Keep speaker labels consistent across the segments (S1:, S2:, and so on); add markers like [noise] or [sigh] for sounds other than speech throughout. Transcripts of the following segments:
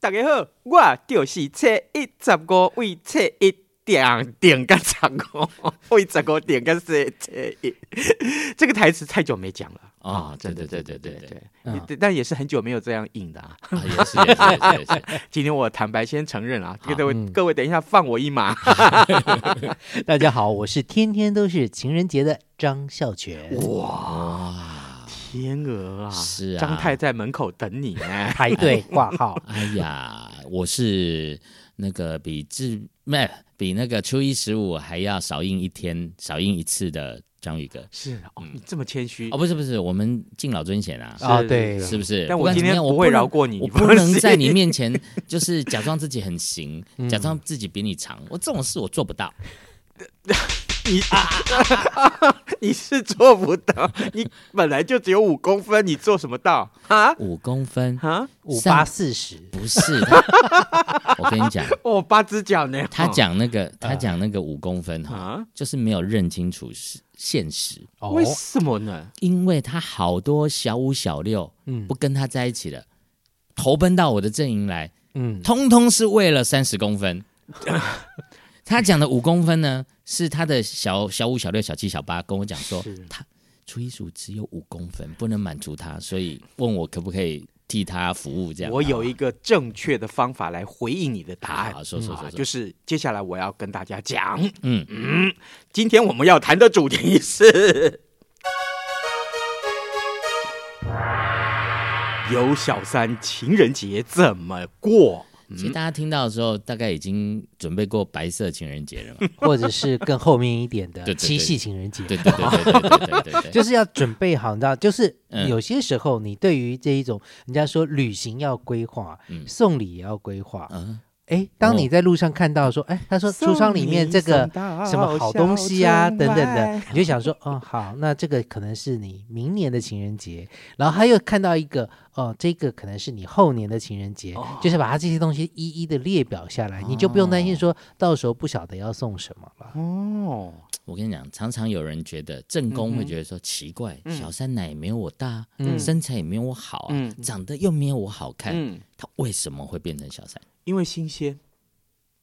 S1: 大家好，我就是初一十五位初一点点跟十五 [laughs] 位十五点跟十初一，这个台词太久没讲了。
S2: 啊，对对对对对对，嗯
S1: 对，但也是很久没有这样硬的啊。
S2: [laughs] 啊也是也是也是也是，
S1: 今天我坦白先承认啊，
S2: 好
S1: 各位、
S3: 嗯
S1: 各位等一下放我一马。
S3: [laughs] 大家好，我是天天都是情人节的张孝全，。
S2: 哇，
S1: 天鹅啊，
S2: 是啊。
S1: [laughs] 张太在门口等你呢
S3: 排队挂号
S2: 哎呀，我是那个比志没比那个初一十五还要少印一天，少印一次的章宇哥。
S1: 是哦，你这么谦虚
S2: 哦，不是不是，我们敬老尊贤啊，
S3: 啊，
S1: 是
S3: 对了，
S2: 是不是？
S1: 但
S2: 不
S1: 我
S2: 管
S1: 今
S2: 怎么
S1: 天
S2: 样我
S1: 不会
S2: 能
S1: 饶过你，
S2: 我
S1: 你
S2: 不
S1: 放
S2: 能
S1: 心
S2: 在你面前 [laughs] 就是假装自己很行，
S3: 嗯
S2: 假装自己比你强，我这种事我做不
S3: [laughs]
S2: 到。
S1: 你 [laughs] 你是做不到，你本来就只有五公分，你做什么到啊
S2: 五公分
S1: 啊？
S3: 五
S2: 上
S3: 八四十，
S2: 不是，他我跟你讲，
S1: 哦，八只脚呢？
S2: 他讲那个他讲那个五公分哈，
S1: 啊，
S2: 就是没有认清楚是现实，
S3: 哦
S1: 为什么呢？
S2: 因为他好多小五小六
S3: 嗯
S2: 不跟他在一起了，投奔到我的阵营来，
S3: 嗯，
S2: 通通是为了三十公分。他讲的五公分呢，是他的小小五、小六、小七、小八跟我讲说，他初一十五只有五公分，不能满足他，所以问我可不可以替他服务这样。
S1: 我有一个正确的方法来回应你的答案
S2: 好，说说
S1: 啊
S2: 说，
S1: 就是是接下来我要跟大家讲，
S2: 嗯
S1: 嗯，今天我们要谈的主题
S2: [laughs]
S1: 是有小三情人节怎么过？
S2: 其实大家听到的时候，大概已经准备过白色情人节
S1: [laughs]
S2: 了嘛。
S3: [laughs] 或者是更后面一点的
S2: 对对对
S3: 七夕情人节，
S2: 对对对对对对对
S1: [laughs]
S2: 对，
S3: 就是要准备好，你知道，就是
S2: 嗯
S3: 有些时候你对于这一种，人家说旅行要规划，
S2: 嗯
S3: 送礼也要规划。
S2: 嗯，
S3: 哎，当你
S2: 哦
S3: 在路上看到说，哎，他说橱窗里面这个什么好东西啊等等的，你就想说，哦，好，那这个可能是你明年的情人节，然后他又看到一个，哦，这个可能是你后年的情人节，就是把他这些东西一一的列表下来，你就不用担心说到时候不晓得要送什么了。
S1: 哦，
S2: 我跟你讲，常常有人觉得正宫会觉得说奇怪，
S1: 嗯
S2: 小三奶也没有我大啊，
S3: 嗯
S2: 身材也没有我好啊，
S1: 嗯
S2: 长得又没有我好看，
S1: 嗯，
S2: 他为什么会变成小三？
S1: 因为新鲜，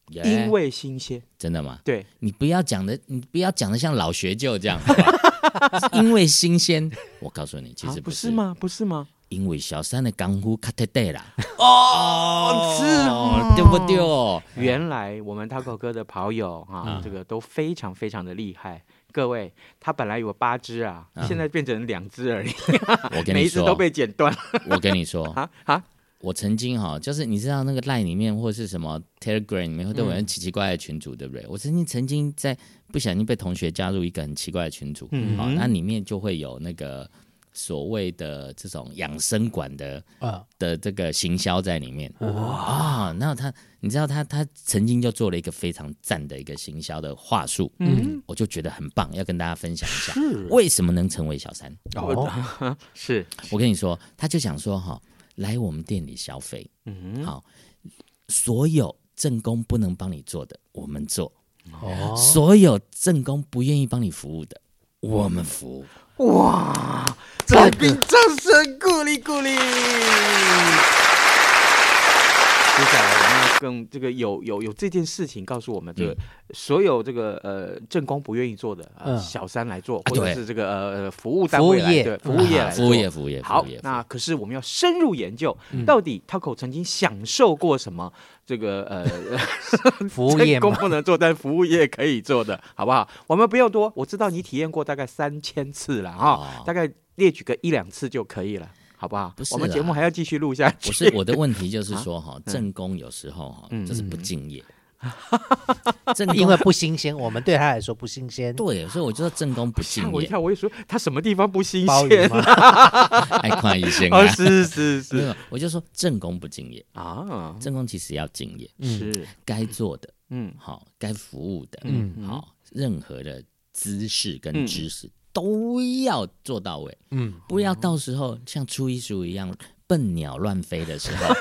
S2: 耶
S1: 因为新鲜，
S2: 真的吗？
S1: 对，
S2: 你不要讲的，你不要讲的像老学究这样，好不好 [laughs] 是因为新鲜。我告诉你，其
S1: 啊
S2: 实
S1: 不
S2: 是,、
S1: 是？吗？不是吗？
S2: 因为小三的干呼卡特对啦，
S1: 哦，是
S2: 哦，对不对？
S1: 原来我们 Taco 哥的跑友啊
S2: 嗯，
S1: 这个都非常非常的厉害。各位，他本来有八只啊，现在变成两只而已，
S2: 我跟
S1: 每
S2: 你
S1: 一只都
S2: 嗯说，
S1: 被剪断
S2: 我跟你说，
S1: 啊啊！
S2: 我曾经哈，就是你知道那个 Line 里面或者是什么 Telegram 里面会都有
S1: 嗯
S2: 很奇奇怪怪的群组，对不对？我曾经曾经在不小心被同学加入一个很奇怪的群组，
S1: 嗯
S2: 好、那里面就会有那个所谓的这种养生馆的
S3: 啊，
S2: 的这个行销在里面。哇啊、那他你知道他他曾经就做了一个非常赞的一个行销的话术，
S1: 嗯，
S2: 我就觉得很棒，要跟大家分享一下为什么能成为小三。
S3: 哦，
S1: [laughs] 是，
S2: 我跟你说，他就想说哈，来我们店里消费，
S1: 嗯，
S2: 好，所有正宫不能帮你做的，我们做； [laughs]
S3: 哦
S2: 所有正宫不愿意帮你服务的，我们服务。
S1: 哇，
S3: 这个
S1: 来宾掌声鼓励鼓励。接下来我们要更这个有有有这件事情告诉我们，这个
S2: 嗯
S1: 所有这个呃正宫不愿意做的呃
S3: 嗯
S1: 小三来做，
S2: 啊
S1: 或者
S2: 对
S1: 是这个呃呃服务单位
S3: 服务
S1: 来
S3: 业
S1: 对服务业
S2: 啊
S1: 来
S2: 服务
S1: 做
S2: 业，服务业，服
S1: 好
S2: 务业，。服务
S1: 那
S2: 业
S1: 可是我们要深入研究，到底 Taco 曾经享受过什么这个呃
S3: 服务业
S1: 工
S3: 嘛，
S1: 不能做，但服务业可以做的，好不好？我们不用多，我知道你体验过大概三千次了啊、
S2: 哦
S1: 大概列举个一两次就可以了，好不好？
S2: 不是
S1: 我们节目
S2: 啦
S1: 还要继续录下去。
S2: 不是我的问题，就是
S1: [laughs]
S2: 说哈，正宫有时候哈
S1: 啊嗯
S2: 就是不敬业，
S3: [laughs]
S2: 正
S3: 因
S2: 宫
S3: 为不新鲜，我们对他来说不新鲜。
S2: 对，所以我就说正宫不
S1: 吓
S2: 敬
S1: 我一
S2: 业，
S1: 跳，我也说他什么地方不新
S3: 鲍鱼
S1: 鲜
S3: 吗？
S2: [laughs] 爱夸一些
S1: 哦，
S2: 啊。
S1: 是是
S2: [laughs] 没
S1: 是
S2: 有，我就说正宫不敬业，
S1: 啊，
S2: 正宫其实要敬业，
S3: 嗯
S1: 是
S2: 该做的
S1: 嗯
S2: 好，该服务的
S1: 嗯
S2: 好，任何的姿势
S1: 嗯
S2: 跟知识都要做到位，
S3: 嗯，
S2: 不要到时候像初一十五一样笨鸟乱飞的时候，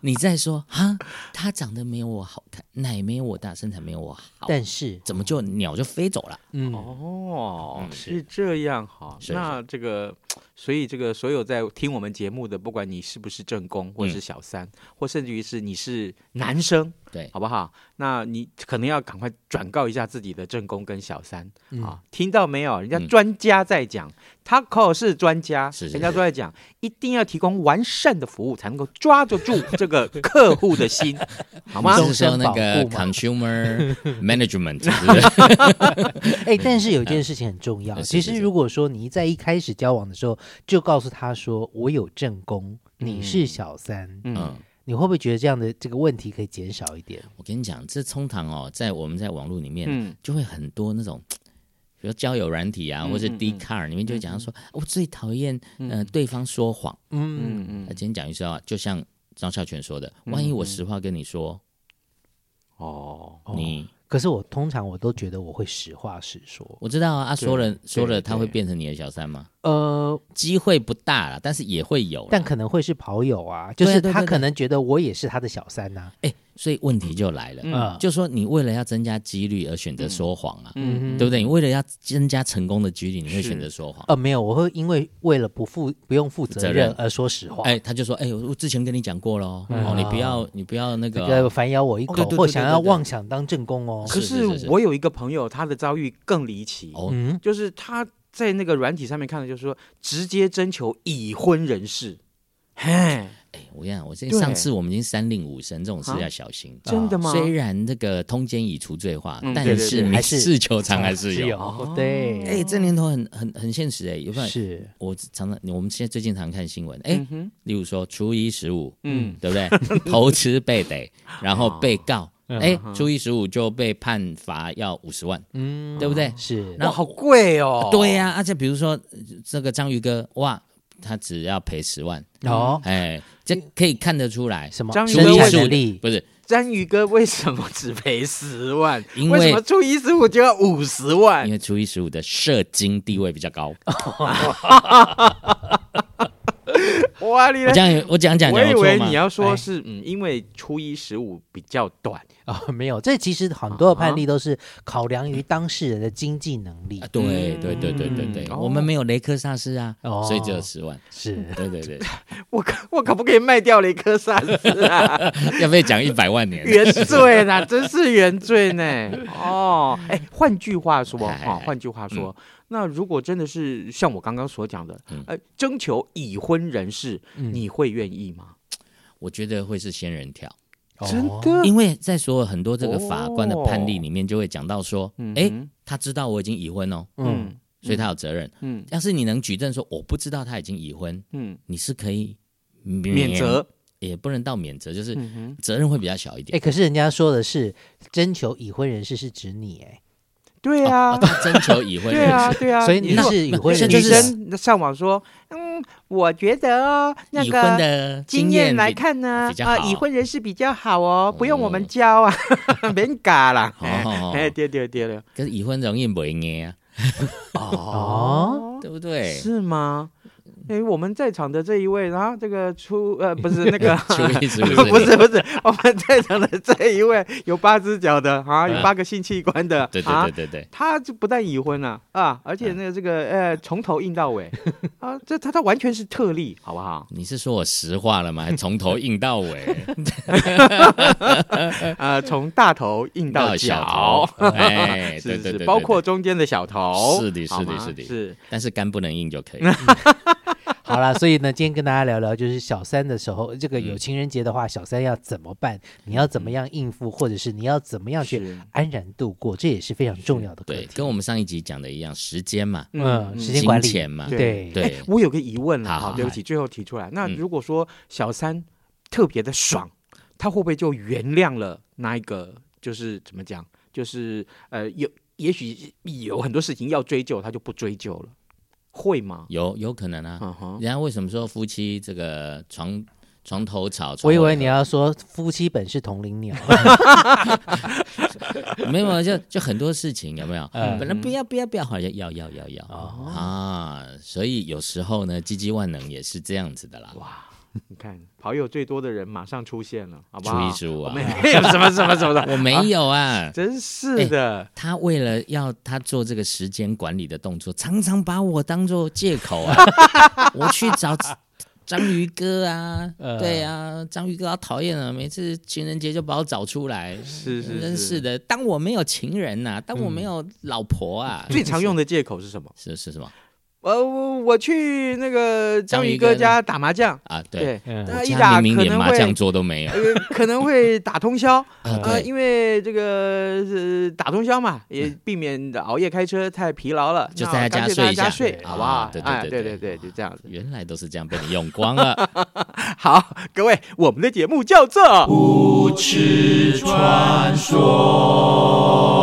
S2: 你再说哈，他长得没有我好看，奶没有我大，身材没有我好，
S3: 但是，
S2: 怎么就鸟就飞走了？
S3: 嗯，
S1: 哦，
S2: 嗯
S1: 是这样哈。
S2: 是
S1: 那这个，所以这个所有在听我们节目的，不管你是不是正宫，
S2: 嗯
S1: 或者是小三，或甚至于是你是男生，
S2: 对
S1: 好不好？那你可能要赶快转告一下自己的正宫跟小三
S3: 嗯
S1: 啊，听到没有？人家
S2: 嗯
S1: 专家在讲，他可是专家，
S2: 是是
S1: 人家
S2: 是
S1: 都在讲，一定要提供完善的服务，才能够抓得住这个客户的
S2: [laughs]
S1: 心，好吗
S2: 你？是说那个
S3: 终身保
S1: [laughs]
S2: consumer management 是不是？
S3: 哎，但是有一件事情很重要。
S2: 嗯
S3: 其
S2: 是是
S3: 实，
S2: 是
S3: 如果说你在一开始交往的时候就告诉他说我有正宫，你是小三，
S1: 嗯
S2: 嗯，
S3: 你会不会觉得这样的这个问题可以减少一点？
S2: 我跟你讲，这通常哦，在我们在网络里面
S1: 嗯，
S2: 就会很多那种，比如交友软体啊，
S1: 嗯
S2: 或是
S1: 嗯嗯嗯
S2: D car 里面就会讲到说，哦我最讨厌呃对方说谎。
S3: 嗯，
S1: 嗯
S2: 那今天讲一下，就像张孝全说的，万一我实话跟你说，
S1: 哦，
S2: 你
S3: 可是我通常我都觉得我会实话实说。
S2: 我知道啊，啊说了说
S1: 对
S2: 了，他会变成你的小三吗？
S3: 呃，
S2: 机会不大了，但是也会有啦。
S3: 但可能会是跑友啊，就
S2: 对啊
S3: 是
S2: 对
S3: 他
S2: 对对
S3: 可能觉得我也是他的小三呐。
S2: 哎，所以问题就来了，
S1: 嗯
S3: 嗯，
S2: 就说你为了要增加几率而选择说谎啊，
S1: 嗯嗯
S3: 嗯
S2: 对不对？你为了要增加成功的几率，你会
S1: 是
S2: 选择说谎。
S3: 呃，没有，我会因为为了不负不用负
S2: 哦责
S3: 责
S2: 任
S3: 任而说实话，
S2: 哎，他就说，哎，我之前跟你讲过喽，
S3: 嗯
S1: 啊
S2: 哦，你不要你不要那
S3: 这
S2: 个
S3: 个
S2: 哦，
S3: 反咬我一
S1: 对
S3: 口
S1: 对，对
S3: 或
S1: 对
S3: 想
S1: 对
S3: 要
S1: 对
S3: 妄想当正宫哦。
S1: 可
S2: 是是是
S1: 我有一个朋友，他的遭遇更离奇，
S2: 哦
S3: 嗯，
S1: 就是他在那个软体上面看的，就是说直接征求已婚人士，嘿，
S2: 哎，我跟你讲，我这
S1: 对
S2: 上次我们已经三令五申，这种事
S1: 啊
S2: 要小心。
S1: [laughs] 真的吗？
S2: 虽然这个通奸已除罪化
S1: 嗯，
S2: 但
S1: 对对
S2: 是
S1: 对
S2: 你
S3: 还是
S2: 事求偿还是有。
S1: 哦
S3: 对，
S2: 哎，这年头很很很现实哎，有没有？
S3: 是
S2: 我常常我们现在最近常看新闻，哎
S1: 嗯，哼，
S2: 例如说初一十五，
S1: 嗯
S2: 对不对？ [laughs] 头吃被逮，然后被告，
S1: 哦
S3: 嗯
S2: 哎，初一十五就被判罚要五十万，
S3: 嗯，
S2: 对不对？
S3: 是
S2: 那
S1: 哇，好贵哦，
S2: 对呀、而且比如说呃这个章鱼哥，哇，他只要赔十万，
S3: 哦，
S2: 哎，这可以看得出来，
S3: 什么
S1: 章鱼
S3: 生
S1: 哥
S3: 产
S1: 为
S3: 能力
S2: 不是
S1: 章鱼哥为什么只赔十万？
S2: [laughs] 因
S1: 为什
S2: 为
S1: 么初一十五就要五十
S2: 因
S1: 万？
S2: 为初一十五的社经地位比较高。
S1: 哎哇，你
S2: 我
S1: 嘞
S2: 讲我讲讲
S1: 我
S2: 讲
S1: 以
S2: 错
S1: 为
S2: 吗
S1: 你？要说
S3: 哎
S1: 是嗯，因为初一十五比较短， [laughs]
S3: 哦， [laughs] 没有，这其实很多的判例都是考量于当事人的经济能力
S2: 啊，对对对对对对，
S1: 嗯
S2: 我们没有雷克萨斯啊，
S3: 哦
S2: 所以只有十万。
S3: 是
S2: 对对对， [laughs]
S1: 我可我可不可以卖掉雷克萨斯啊？
S2: 要不要讲一百万年？
S1: [laughs] 原罪
S2: [laughs]
S1: 啦，真是原罪呢。哦，哎，换句话说
S2: 哎
S1: 哈，换句话说，那如果真的是像我刚刚所讲的
S2: 嗯，
S1: 呃，征求已婚人士，
S3: 嗯
S1: 你会愿意吗？
S2: 我觉得会是仙人跳。
S1: 真
S3: 哦
S1: 的？
S2: 因为在所有很多这个法官的判例里面，就会讲到说，
S1: 嗯
S2: 哎、
S1: 哼
S2: 他知道我已经已婚哦，
S3: 嗯，
S2: 所以他有责任。
S1: 嗯
S2: 要是你能举证说我不知道他已经已婚，
S1: 嗯，
S2: 你是可以
S1: 免
S2: 免哦
S1: 责。
S2: 也不能到免责，就是
S1: 嗯哼，
S2: 责任会比较小一点。
S3: 哎，可是人家说的是征求已婚人士是指你哎，
S1: 对
S2: 哦
S1: 啊
S2: 哦，他征求已
S1: [laughs]
S2: 婚
S1: 对
S2: 人
S1: 啊，
S2: 士，
S1: 对啊。
S3: 所以你
S1: 那
S3: 是已婚
S2: 那
S3: 人
S1: 女
S2: 就是
S3: 士，
S1: 生上网说，嗯，我觉得哦，那
S2: 已婚
S1: 个。
S2: 的
S1: 经
S2: 验
S1: 验来
S2: 比。
S1: 看呢
S2: 比，较
S1: 啊，
S2: 好
S1: 已婚人士比较好哦，不用我们
S2: 哦
S1: 教啊， [laughs] 别嘎啦，
S2: 哦
S1: 哎
S2: 哦，
S1: 哎
S2: 哦
S1: 对对对了，
S2: 可是已婚容易不硬啊，
S3: 哦，
S2: 对不对？。
S1: 是吗？哎，我们在场的这一位，然后这个出呃不是那个
S2: [laughs] 初一十五
S1: [laughs] 不是不是，我们在场的这一位有八只脚的啊，有
S2: 嗯
S1: 八个性器官 [laughs] 的
S2: 对嗯
S1: 啊
S2: 对对，对对，
S1: 他就不但已婚了啊，而且那个这个呃从头硬到
S2: [laughs]
S1: 尾啊，这他他完全是特例，好不好？
S2: 你是说我实话了吗？
S1: [laughs]
S2: 还从头硬到尾，
S1: 呃，从大头硬到
S2: 哎小
S1: 脚，
S2: 头，
S1: [laughs]
S2: 哎，
S1: 是
S2: 对
S1: 是
S2: 对对
S1: 是，
S2: 对，
S1: 包
S2: 对
S1: 括中间的小头，
S2: 是的是的
S1: 好吗
S2: 是的
S1: 是
S2: 但是肝不能硬就可以。
S1: [laughs]
S3: 好啦，所以呢，今天跟大家聊聊，就是小三的时候，这个有情人节的话，小三要怎么办？你要怎么样应付，或者是你要怎么样去
S1: 是
S3: 安然度过？这也是非常重要的课
S2: 对，
S3: 题。
S2: 跟我们上一集讲的一样，时间嘛，
S3: 嗯，时间
S2: 金
S3: 管理，
S2: 钱嘛，
S3: 对
S2: 对
S1: 哎我有个疑问
S2: 好
S1: 了
S2: 好
S1: 哈，
S2: 好
S1: 对不起，最后提出来。那
S2: 嗯
S1: 如果说小三特别的爽，他会不会就原谅了那一个？就是怎么讲？就是呃，有也许有很多事情要追究，他就不追究了，会吗？
S2: 有有可能啊。
S1: 嗯哼
S2: 人，家为什么说夫妻这个床床头吵？
S3: 我以为
S2: 床
S3: 你
S2: 尾
S3: 要说夫妻本是同林鸟，
S2: 和没有啊，就就很多事情有没有？
S3: 嗯
S2: 本来不要不要不要，好像要要要要
S3: 哦
S2: 啊，所以有时候呢，唧唧万能也是这样子的啦。
S1: 哇，你看跑友最多的人马上出现了，好不
S2: 初
S1: 好？
S2: 一十五
S1: 我
S2: 啊
S1: 们，没有什么什么什么的，
S2: [laughs] 我哎没有啊。
S1: 真是的，
S2: 他为了要他做这个时间管理的动作，常常把我当做借口
S1: [laughs]
S2: 啊。我去找章鱼哥
S1: [laughs]
S2: 啊，
S3: 呃
S2: 对啊，章鱼哥好讨厌啊，每次情人节就把我找出来，
S1: 是是
S2: 真是
S1: 是。
S2: 的。当我没有情人呐、当我没有老婆啊，
S1: 嗯最常用的借口是什么？
S2: 是嗯是什么
S1: 呃，我我去那个章
S2: 章鱼
S1: 鱼
S2: 哥
S1: 哥家打麻将，
S2: 啊？对，
S1: 对，
S3: 嗯，
S1: 那
S2: 我
S1: 呃一
S2: 家
S1: 打
S2: 明
S1: 可
S2: 明连
S1: 能
S2: 麻将
S1: 会
S2: 桌都没有
S1: 呃可能会打通宵，
S2: 啊。
S1: 呃，
S2: [laughs] 对，
S1: 因为这个是打通宵嘛，也避免熬夜开车太疲劳了，
S2: 嗯就
S1: 那
S2: 在家
S1: 干脆
S2: 睡
S1: 在
S2: 一
S1: 家
S2: 下
S1: 睡
S2: 对
S1: 好不好
S2: 啊？对对
S1: 哎
S2: 对
S1: 对
S2: 对
S1: 对，就这样子。
S2: 原来都是这样被你用光了。
S1: 好，各位，我们的节目叫做《无耻传说》。